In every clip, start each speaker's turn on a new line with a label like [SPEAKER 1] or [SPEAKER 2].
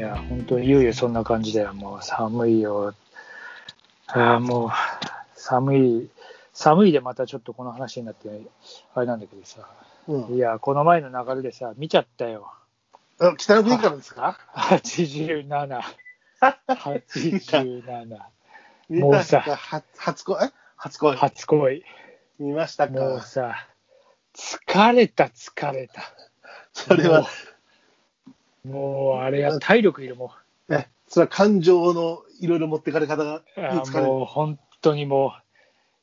[SPEAKER 1] いよいよそんな感じだよ。もう寒いよ。ああ、もう、寒い。寒いでまたちょっとこの話になって、あれなんだけどさ。
[SPEAKER 2] うん
[SPEAKER 1] いや、この前の流れでさ、見ちゃったよ。
[SPEAKER 2] あ北の国からですか
[SPEAKER 1] 87。87。
[SPEAKER 2] 見
[SPEAKER 1] もう
[SPEAKER 2] まし
[SPEAKER 1] さ
[SPEAKER 2] たかは初恋え初恋
[SPEAKER 1] 初恋。
[SPEAKER 2] 見ました
[SPEAKER 1] もう
[SPEAKER 2] か
[SPEAKER 1] さ、疲れた、疲れた。
[SPEAKER 2] それは
[SPEAKER 1] もう、もうあれや、体力いるもん。
[SPEAKER 2] えそれは感情のいろいろ持ってかれ方が
[SPEAKER 1] あ
[SPEAKER 2] 疲
[SPEAKER 1] ー
[SPEAKER 2] れる
[SPEAKER 1] もう本当にも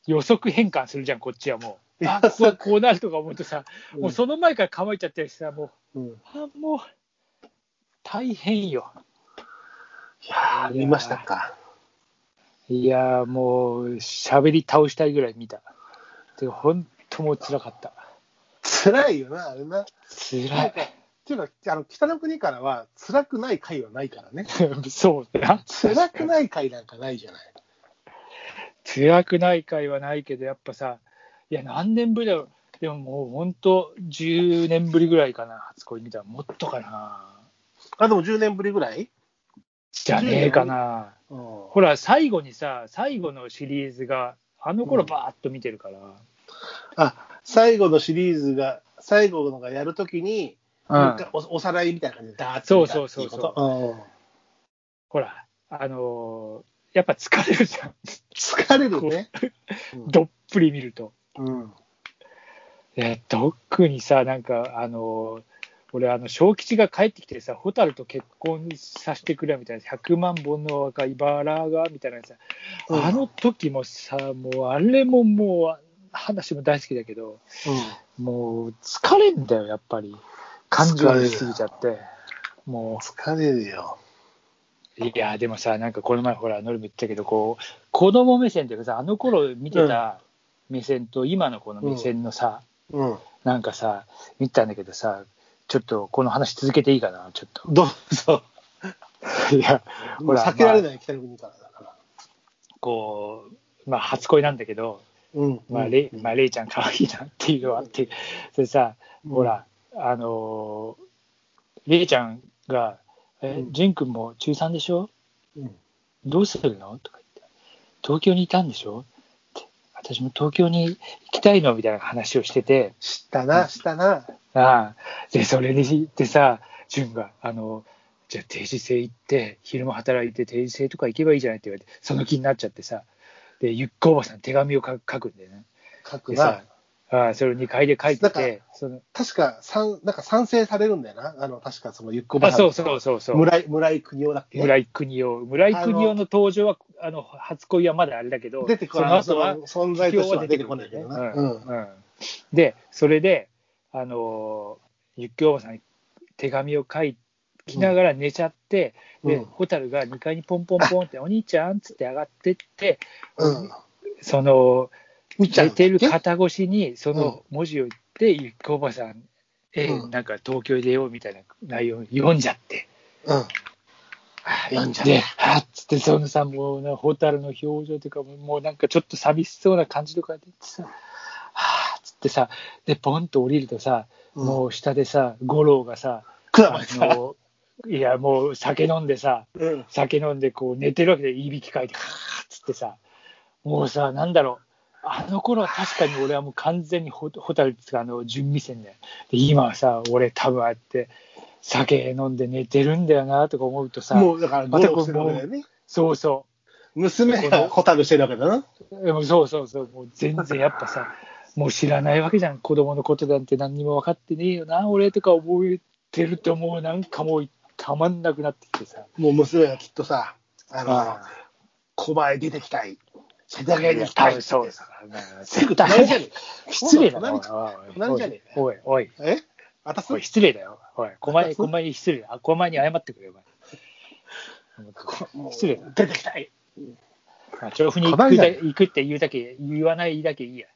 [SPEAKER 1] う予測変換するじゃんこっちはもう
[SPEAKER 2] いや
[SPEAKER 1] あここはこうなるとか思うとさ、
[SPEAKER 2] うん
[SPEAKER 1] もうその前から構えちゃったりしてさも
[SPEAKER 2] うんいう
[SPEAKER 1] あもう大変よ
[SPEAKER 2] やー見ましたか
[SPEAKER 1] いやーもう喋り倒したいぐらい見たで本当もう辛かった
[SPEAKER 2] 辛いよなあれな
[SPEAKER 1] 辛
[SPEAKER 2] なん
[SPEAKER 1] い
[SPEAKER 2] かっていうのはあの北の国からは辛くない回はないからね
[SPEAKER 1] そうだな
[SPEAKER 2] 辛くない回なんかないじゃない
[SPEAKER 1] 辛くない回はないけどやっぱさいや何年ぶりだろうでももう本当10年ぶりぐらいかな初恋見たらもっとかな
[SPEAKER 2] あでも10年ぶりぐらい、
[SPEAKER 1] じゃねえかな
[SPEAKER 2] うん、
[SPEAKER 1] ほら、最後にさ、最後のシリーズが、あの頃バーっと見てるから。
[SPEAKER 2] あ最後のシリーズが最後のがやるときに、なんかおおさらいみたいな感じでダーッと見たってい
[SPEAKER 1] そうそうそう
[SPEAKER 2] ことうん
[SPEAKER 1] ほら、あのーやっぱ疲れるじゃん。
[SPEAKER 2] 疲れるね、うん
[SPEAKER 1] どっぷり見ると。
[SPEAKER 2] うん、
[SPEAKER 1] え特にさ、なんか、あのー俺、あの、小吉が帰ってきてさ、ホタルと結婚させてくれみたいな、100万本の若いバラが、みたいなさ、
[SPEAKER 2] うん
[SPEAKER 1] あの時もさ、もう、あれももう、話も大好きだけど、もう、疲れんだよ、やっぱり。感情がすぎちゃって。もう、
[SPEAKER 2] 疲れるよ。
[SPEAKER 1] いやでもさなんかこの前ほらノルも言ったけどこう子供目線っていうかさあの頃見てた目線と今のこの目線のさ、
[SPEAKER 2] うん、
[SPEAKER 1] なんかさ見たんだけどさちょっとこの話続けていいかなちょっと
[SPEAKER 2] どうぞ。
[SPEAKER 1] いやほら
[SPEAKER 2] 避けられ
[SPEAKER 1] まあ
[SPEAKER 2] ない、北の国からだから。
[SPEAKER 1] こうまあ初恋なんだけど、
[SPEAKER 2] うん
[SPEAKER 1] まあレイまあ、レイちゃん可愛いなっていうのはあってそれさ
[SPEAKER 2] うん
[SPEAKER 1] ほら、あのーレイちゃんが「え
[SPEAKER 2] うん
[SPEAKER 1] ジン君も中3でしょ
[SPEAKER 2] うん
[SPEAKER 1] どうするのとか言って、東京にいたんでしょって私も東京に行きたいのみたいな話をしてて、
[SPEAKER 2] 知ったな、知ったな。
[SPEAKER 1] ああで、それで言ってさ、潤が、あの、じゃあ定時制行って、昼間働いて定時制とか行けばいいじゃないって言われて、その気になっちゃってさ、で、ゆっこおばさん手紙を書く書くんだよね。
[SPEAKER 2] 書く
[SPEAKER 1] で
[SPEAKER 2] な
[SPEAKER 1] さ。、ああそれを2階で書いて
[SPEAKER 2] なん
[SPEAKER 1] て、その
[SPEAKER 2] 確か、さんなんか賛成されるんだよな。あの、確か、その、ゆっこば
[SPEAKER 1] あ
[SPEAKER 2] さん。
[SPEAKER 1] そうそうそうそう。
[SPEAKER 2] 村井、村井国夫だっけ
[SPEAKER 1] 村井邦夫。村井邦夫の登場は、あの、初恋はまだあれだけど、
[SPEAKER 2] 出てこ
[SPEAKER 1] そ
[SPEAKER 2] な
[SPEAKER 1] の
[SPEAKER 2] い。
[SPEAKER 1] 後
[SPEAKER 2] そ
[SPEAKER 1] は
[SPEAKER 2] の、存在としては出てこないけどな。
[SPEAKER 1] うん
[SPEAKER 2] うん。
[SPEAKER 1] うんで、それで、あのー、ゆっきおばさんに手紙を書きながら寝ちゃって、で、
[SPEAKER 2] うん
[SPEAKER 1] ホタルが2階にポンポンポンって、お兄ちゃんっつって上がってって、
[SPEAKER 2] うん。
[SPEAKER 1] その、
[SPEAKER 2] 見ちゃう
[SPEAKER 1] 寝
[SPEAKER 2] んだっけ
[SPEAKER 1] てる肩越しに、その文字を言って、ゆっきおばさん、えー
[SPEAKER 2] うん
[SPEAKER 1] なんか東京へ出ようみたいな内容を読んじゃって。
[SPEAKER 2] うん。読んじゃった
[SPEAKER 1] で、はっつって、そのさ、もうな、ホタルの表情とかも、もうなんかちょっと寂しそうな感じとかでさ、はっつってさ、で、ポンと降りるとさ、
[SPEAKER 2] うん
[SPEAKER 1] もう下でさ、五郎がさ、
[SPEAKER 2] くだ
[SPEAKER 1] あ
[SPEAKER 2] まさん。
[SPEAKER 1] の、いや、もう酒飲んでさ、
[SPEAKER 2] うん。
[SPEAKER 1] 酒飲んでこう寝てるわけで、いびきかいて、はっつってさ、もうさ、なんだろう、あの頃は確かに俺はもう完全にホホタルっていうか、あの、準備線だよ。で、今はさ、俺多分ああやって、酒飲んで寝てるんだよなとか思うとさ、
[SPEAKER 2] もう、だから、
[SPEAKER 1] ま
[SPEAKER 2] ゴ
[SPEAKER 1] た
[SPEAKER 2] ロ
[SPEAKER 1] こう
[SPEAKER 2] してるわけだよね。
[SPEAKER 1] そうそう。
[SPEAKER 2] 娘がホタルしてるわけだな。
[SPEAKER 1] でもそうそうそう、もう全然やっぱ さ、もう知らないわけじゃん、子供のことなんて何にも分かってねえよな、俺とか覚えてるともうなんかもうたまんなくなってきてさ、
[SPEAKER 2] もう娘はきっとさ、あの
[SPEAKER 1] あ、
[SPEAKER 2] 小前出てきたい。世田谷に行きたい。
[SPEAKER 1] そうそう
[SPEAKER 2] すぐ隣じゃね
[SPEAKER 1] 失礼だ
[SPEAKER 2] そう
[SPEAKER 1] な、
[SPEAKER 2] 隣
[SPEAKER 1] おい
[SPEAKER 2] じゃねえ
[SPEAKER 1] おい、おい、
[SPEAKER 2] え。えあたす
[SPEAKER 1] おい、失礼だよ、おい、狛江
[SPEAKER 2] そう
[SPEAKER 1] 狛江に失礼、あ狛江に謝ってくれよ、お前。失礼だな、
[SPEAKER 2] 出てきたい。
[SPEAKER 1] まあ調布に行くだ行くって言うだけ、言わないだけいいや。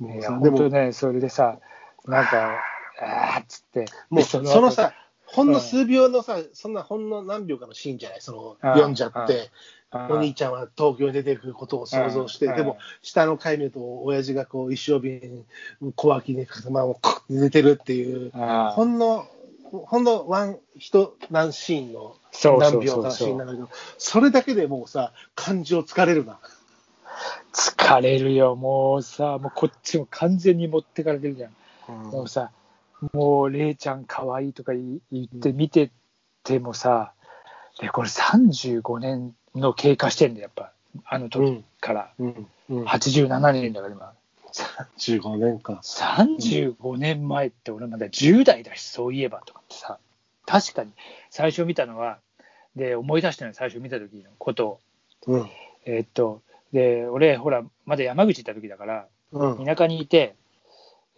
[SPEAKER 2] も
[SPEAKER 1] いうや
[SPEAKER 2] さ、で
[SPEAKER 1] 本当
[SPEAKER 2] も、
[SPEAKER 1] ね、それでさ、なん か、あーっつって、
[SPEAKER 2] も
[SPEAKER 1] で
[SPEAKER 2] うそ
[SPEAKER 1] 後
[SPEAKER 2] のさ、ほんの数秒のさ、そんなほんの何秒かのシーンじゃない、その
[SPEAKER 1] ああ
[SPEAKER 2] 読んじゃって、
[SPEAKER 1] あー
[SPEAKER 2] お兄ちゃんは東京に出てくることを想像して、
[SPEAKER 1] ああ
[SPEAKER 2] でも、下の階見ると、親父がこう一生瓶、小脇にまあ、こう寝てるっていう、
[SPEAKER 1] あ
[SPEAKER 2] ほんのほんのワン、一、何シーンの、
[SPEAKER 1] そうそ
[SPEAKER 2] 何
[SPEAKER 1] うそ
[SPEAKER 2] 秒
[SPEAKER 1] う
[SPEAKER 2] かの
[SPEAKER 1] そ
[SPEAKER 2] シーン
[SPEAKER 1] う
[SPEAKER 2] なんだけど、それだけでもうさ、感情疲れるな。
[SPEAKER 1] 疲れるよ、もうさ、もうこっちも完全に持ってかれてるじゃん。もうさ、もう、れいちゃん可愛いとか言言って見ててもさ、で、これ35年の経過してんだよ、やっぱ。あの時から。
[SPEAKER 2] うん。うん。
[SPEAKER 1] 87年だから今。
[SPEAKER 2] 15年間。
[SPEAKER 1] 35年前って俺まだ10代だし、そういえばとかってさ、確かに最初見たのは、で、思い出したのよ最初見た時のことを。
[SPEAKER 2] うん。
[SPEAKER 1] えーっと、で、俺、ほら、まだ山口行った時だから、
[SPEAKER 2] うん。
[SPEAKER 1] 田舎にいて、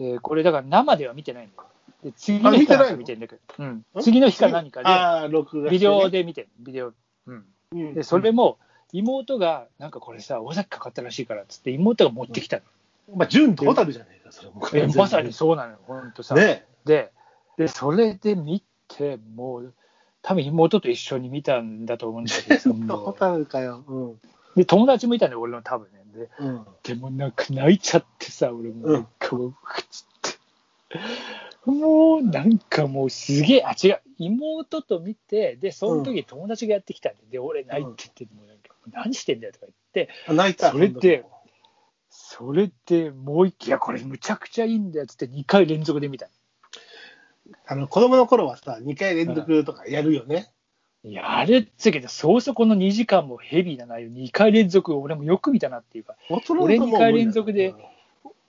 [SPEAKER 1] えーこれだから生では見てないんだよ。で次の
[SPEAKER 2] あ
[SPEAKER 1] 日
[SPEAKER 2] 見て
[SPEAKER 1] か
[SPEAKER 2] ないの
[SPEAKER 1] ら見てんだけど、うん、次の日か何か
[SPEAKER 2] ああ、録
[SPEAKER 1] で、
[SPEAKER 2] 画
[SPEAKER 1] ビデオで見てる、ビデオ。うん、
[SPEAKER 2] うん。
[SPEAKER 1] で、それも、妹が、なんかこれさ、尾崎かかったらしいからっつって、妹が持ってきたの。
[SPEAKER 2] まあ、純トータルじゃねえか、それも。
[SPEAKER 1] えまさにそうなのよ、ほんとさ。
[SPEAKER 2] ね。
[SPEAKER 1] でで、それで見て、もう、多分妹と一緒に見たんだと思うんだけど さ
[SPEAKER 2] ト
[SPEAKER 1] も
[SPEAKER 2] ータルかよ。うん。
[SPEAKER 1] うで、友達もいたんだよ、俺の多分ね。で
[SPEAKER 2] うん。
[SPEAKER 1] でもなんか泣いちゃってさ、俺も
[SPEAKER 2] う
[SPEAKER 1] な
[SPEAKER 2] ん
[SPEAKER 1] んかもう、つって。もうなんかもうすげえ、あ、違う、妹と見て、で、その時友達がやってきたんで、で、俺泣いてて、もうなんか、何してんだよとか言って、
[SPEAKER 2] あ泣いた。
[SPEAKER 1] それってそれでもう一回、いや、これむちゃくちゃいいんだよっつって2回連続で見た。
[SPEAKER 2] あの、子供の頃はさ、2回連続とかやるよね。
[SPEAKER 1] いや、あれっつうけど、そうそこの2時間もヘビーな内容、2回連続、俺もよく見たなっていうか、
[SPEAKER 2] 大人
[SPEAKER 1] 俺
[SPEAKER 2] と
[SPEAKER 1] 二
[SPEAKER 2] もう無理だ
[SPEAKER 1] 回連続で。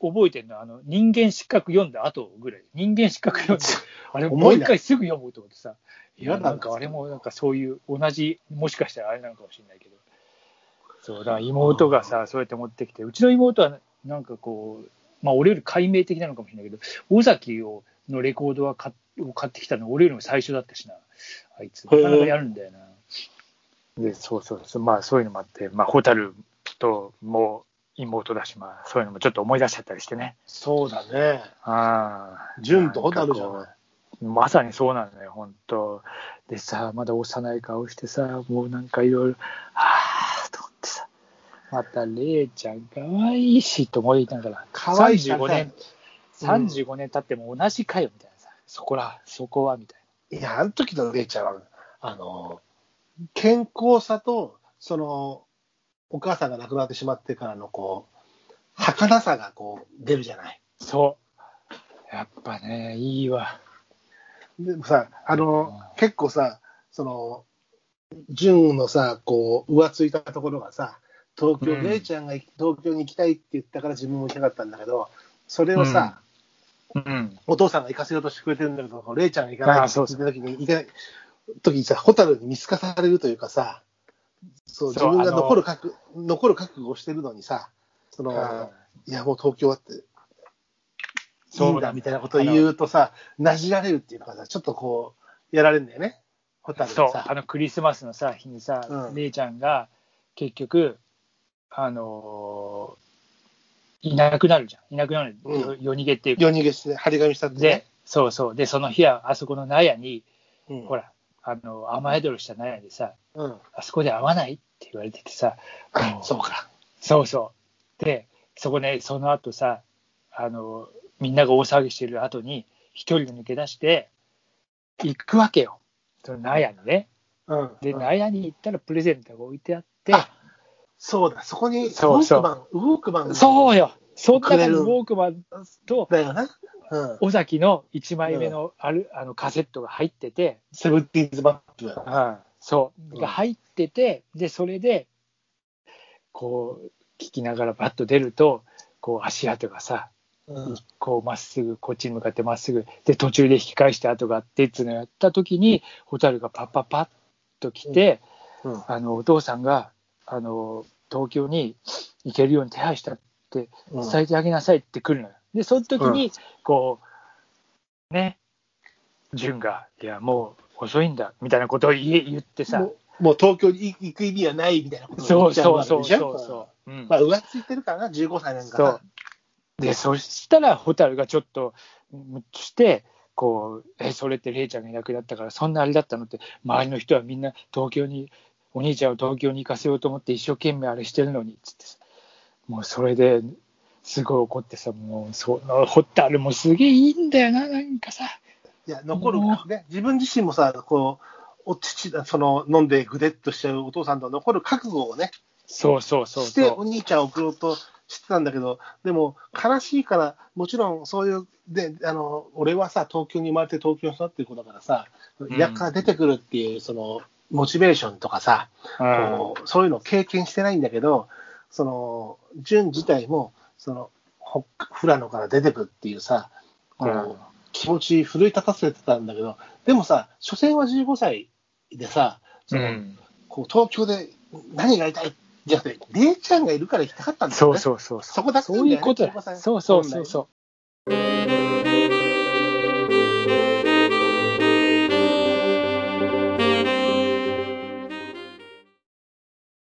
[SPEAKER 1] 覚えてるのは、あの、人間失格読んだ後ぐらい。人間失格読ん で、あれも
[SPEAKER 2] 重
[SPEAKER 1] う
[SPEAKER 2] い
[SPEAKER 1] 一
[SPEAKER 2] な
[SPEAKER 1] 回すぐ読むと思ってさ。いや、
[SPEAKER 2] 嫌だな
[SPEAKER 1] なんかあれもなんかそういう、同じ、もしかしたらあれなのかもしれないけど。そう、だから妹がさ、そうやって持ってきて、うちの妹はなんかこう、まあ俺より解明的なのかもしれないけど、尾崎をのレコードは買っを買ってきたの俺よりも最初だったしな、あいつ。な
[SPEAKER 2] へえ
[SPEAKER 1] かなかやるんだよな。で、そうそうそう、まあそういうのもあって、まあ蛍とも妹だし、まあそういうのもちょっと思い出しちゃったりしてね。
[SPEAKER 2] そうだね。
[SPEAKER 1] ああ。
[SPEAKER 2] 純と蛍じゃない。
[SPEAKER 1] まさにそうなんだよ、本当。でさ、まだ幼い顔してさ、もうなんかいろいろ、ああ、と思ってさ、また、れいちゃん、かわいいし、と思いながら、
[SPEAKER 2] 可愛いし
[SPEAKER 1] 35年、
[SPEAKER 2] さうん
[SPEAKER 1] 35年経っても同じかよ、みたいなさ、そこら、そこは、みたい
[SPEAKER 2] いや、あの時のレイちゃんは、あの、健康さと、その、お母さんが亡くなってしまってからの、こう、儚さがこう、出るじゃない。
[SPEAKER 1] な。そう。やっぱね、いいわ。
[SPEAKER 2] でもさ、あの、結構さ、その、純のさ、こう、浮ついたところがさ、東京、
[SPEAKER 1] うん
[SPEAKER 2] レイちゃんが東京に行きたいって言ったから自分も行きたかったんだけど、それをさ、
[SPEAKER 1] うん。
[SPEAKER 2] お父さんが行かせようとしてくれてるんだけど、レイちゃんが行かない
[SPEAKER 1] あ
[SPEAKER 2] って
[SPEAKER 1] そ
[SPEAKER 2] 言
[SPEAKER 1] うそう
[SPEAKER 2] った時に、行かない、時にさ、ホタルに見透かされるというかさ、そう、自
[SPEAKER 1] そう
[SPEAKER 2] 分が
[SPEAKER 1] あの
[SPEAKER 2] 残る覚悟残る覚悟をしてるのにさ、その、いや、もう東京はって、いいんだみたいなことを言うとさ、なじられるっていうかさ、ちょっとこう、やられるんだよね、ホタルに
[SPEAKER 1] そう、
[SPEAKER 2] さ
[SPEAKER 1] あ。のクリスマスのさ、日にさ、
[SPEAKER 2] うん
[SPEAKER 1] レイちゃんが結局、あのーいなくなるじゃん。いなくなる。
[SPEAKER 2] うん
[SPEAKER 1] よ夜逃げっていうか。
[SPEAKER 2] 夜逃げして、張り紙したって
[SPEAKER 1] で
[SPEAKER 2] ね。、
[SPEAKER 1] そうそう。で、その日は、あそこの納屋に、
[SPEAKER 2] うん
[SPEAKER 1] ほ。ら、あの、雨宿りした納屋でさ、
[SPEAKER 2] うん。
[SPEAKER 1] あそこで会わないって言われててさ、
[SPEAKER 2] あ、そうか。
[SPEAKER 1] そうそう。で、そこね、その後さ、あの、みんなが大騒ぎしてる後に、一人で抜け出して、行くわけよ。その納屋にね。
[SPEAKER 2] うん。
[SPEAKER 1] で、
[SPEAKER 2] うん
[SPEAKER 1] 納屋に行ったらプレゼントが置いてあって、
[SPEAKER 2] あそうだ、そこに、ウォ
[SPEAKER 1] そう
[SPEAKER 2] ー
[SPEAKER 1] そう
[SPEAKER 2] クマン、ウォークマン。
[SPEAKER 1] そうよ、その
[SPEAKER 2] く
[SPEAKER 1] 中
[SPEAKER 2] れ
[SPEAKER 1] に
[SPEAKER 2] る
[SPEAKER 1] ウォークマンと
[SPEAKER 2] だよな。うん。
[SPEAKER 1] 尾崎の1枚目のある、あのカセットが入ってて、
[SPEAKER 2] セブンティーンズマップ。
[SPEAKER 1] そう、
[SPEAKER 2] うん
[SPEAKER 1] が入ってて、で、それで、こう、聞きながらバッと出ると、こう、足跡がさ、
[SPEAKER 2] うん。
[SPEAKER 1] こう、まっすぐ、こっちに向かってまっすぐ、で、途中で引き返して跡があってっていうのをやった時に、蛍がパッパッパッと来て、
[SPEAKER 2] うん。
[SPEAKER 1] あのお父さんがあの東京に行けるように手配したって伝えてあげなさいって来るのよ。で、その時に、こう、ね、潤が、いや、もう遅いんだみたいなことを言え言ってさ
[SPEAKER 2] も、うもう東京に行く意味はないみたいなこと
[SPEAKER 1] そ
[SPEAKER 2] を言っ
[SPEAKER 1] う
[SPEAKER 2] ちゃ
[SPEAKER 1] そう
[SPEAKER 2] わけ
[SPEAKER 1] そう
[SPEAKER 2] でしょ
[SPEAKER 1] そうそう。うん
[SPEAKER 2] まあ、浮ついてるからな、15歳なんか
[SPEAKER 1] そう
[SPEAKER 2] さ。
[SPEAKER 1] で、そしたら、蛍がちょっと、むっとして、こう、え、それってレイちゃんがいなくなったから、そんなあれだったのって、周りの人はみんな東京に、お兄ちゃんを東京に行かせようと思って、一生懸命あれしてるのに、つってさもうそれで、すごい怒ってさ、もう、その、蛍もすげえいいんだよな、なんかさ、
[SPEAKER 2] いや、残る、ね、自分自身もさ、こう、お父、その、飲んでぐでっとしちゃうお父さんと残る覚悟をね、
[SPEAKER 1] そうそうそう
[SPEAKER 2] し
[SPEAKER 1] そう。
[SPEAKER 2] てお兄ちゃんを送ろうとしてたんだけど、でも、悲しいから、もちろんそういう、で、あの、俺はさ、東京に生まれて東京に育ってる子だからさ、
[SPEAKER 1] ん
[SPEAKER 2] 田舎から出てくるっていう、その、モチベーションとかさ、こうそういうのを経験してないんだけど、その、純自体も、その、ほ富良野から出てくっていうさ、こう
[SPEAKER 1] うん
[SPEAKER 2] 気持ち奮い立たせてたんだけど、でもさ、所詮は15歳でさ、そ
[SPEAKER 1] うん
[SPEAKER 2] の
[SPEAKER 1] うん
[SPEAKER 2] こう東京で何がやりたいじゃなくて、姉ちゃんがいるから行きたかったんだよね。
[SPEAKER 1] そうそうそう。
[SPEAKER 2] そこだった
[SPEAKER 1] そ
[SPEAKER 2] んだよ
[SPEAKER 1] う
[SPEAKER 2] ね
[SPEAKER 1] いうことだ
[SPEAKER 2] 15歳。
[SPEAKER 1] そうそうそうそう。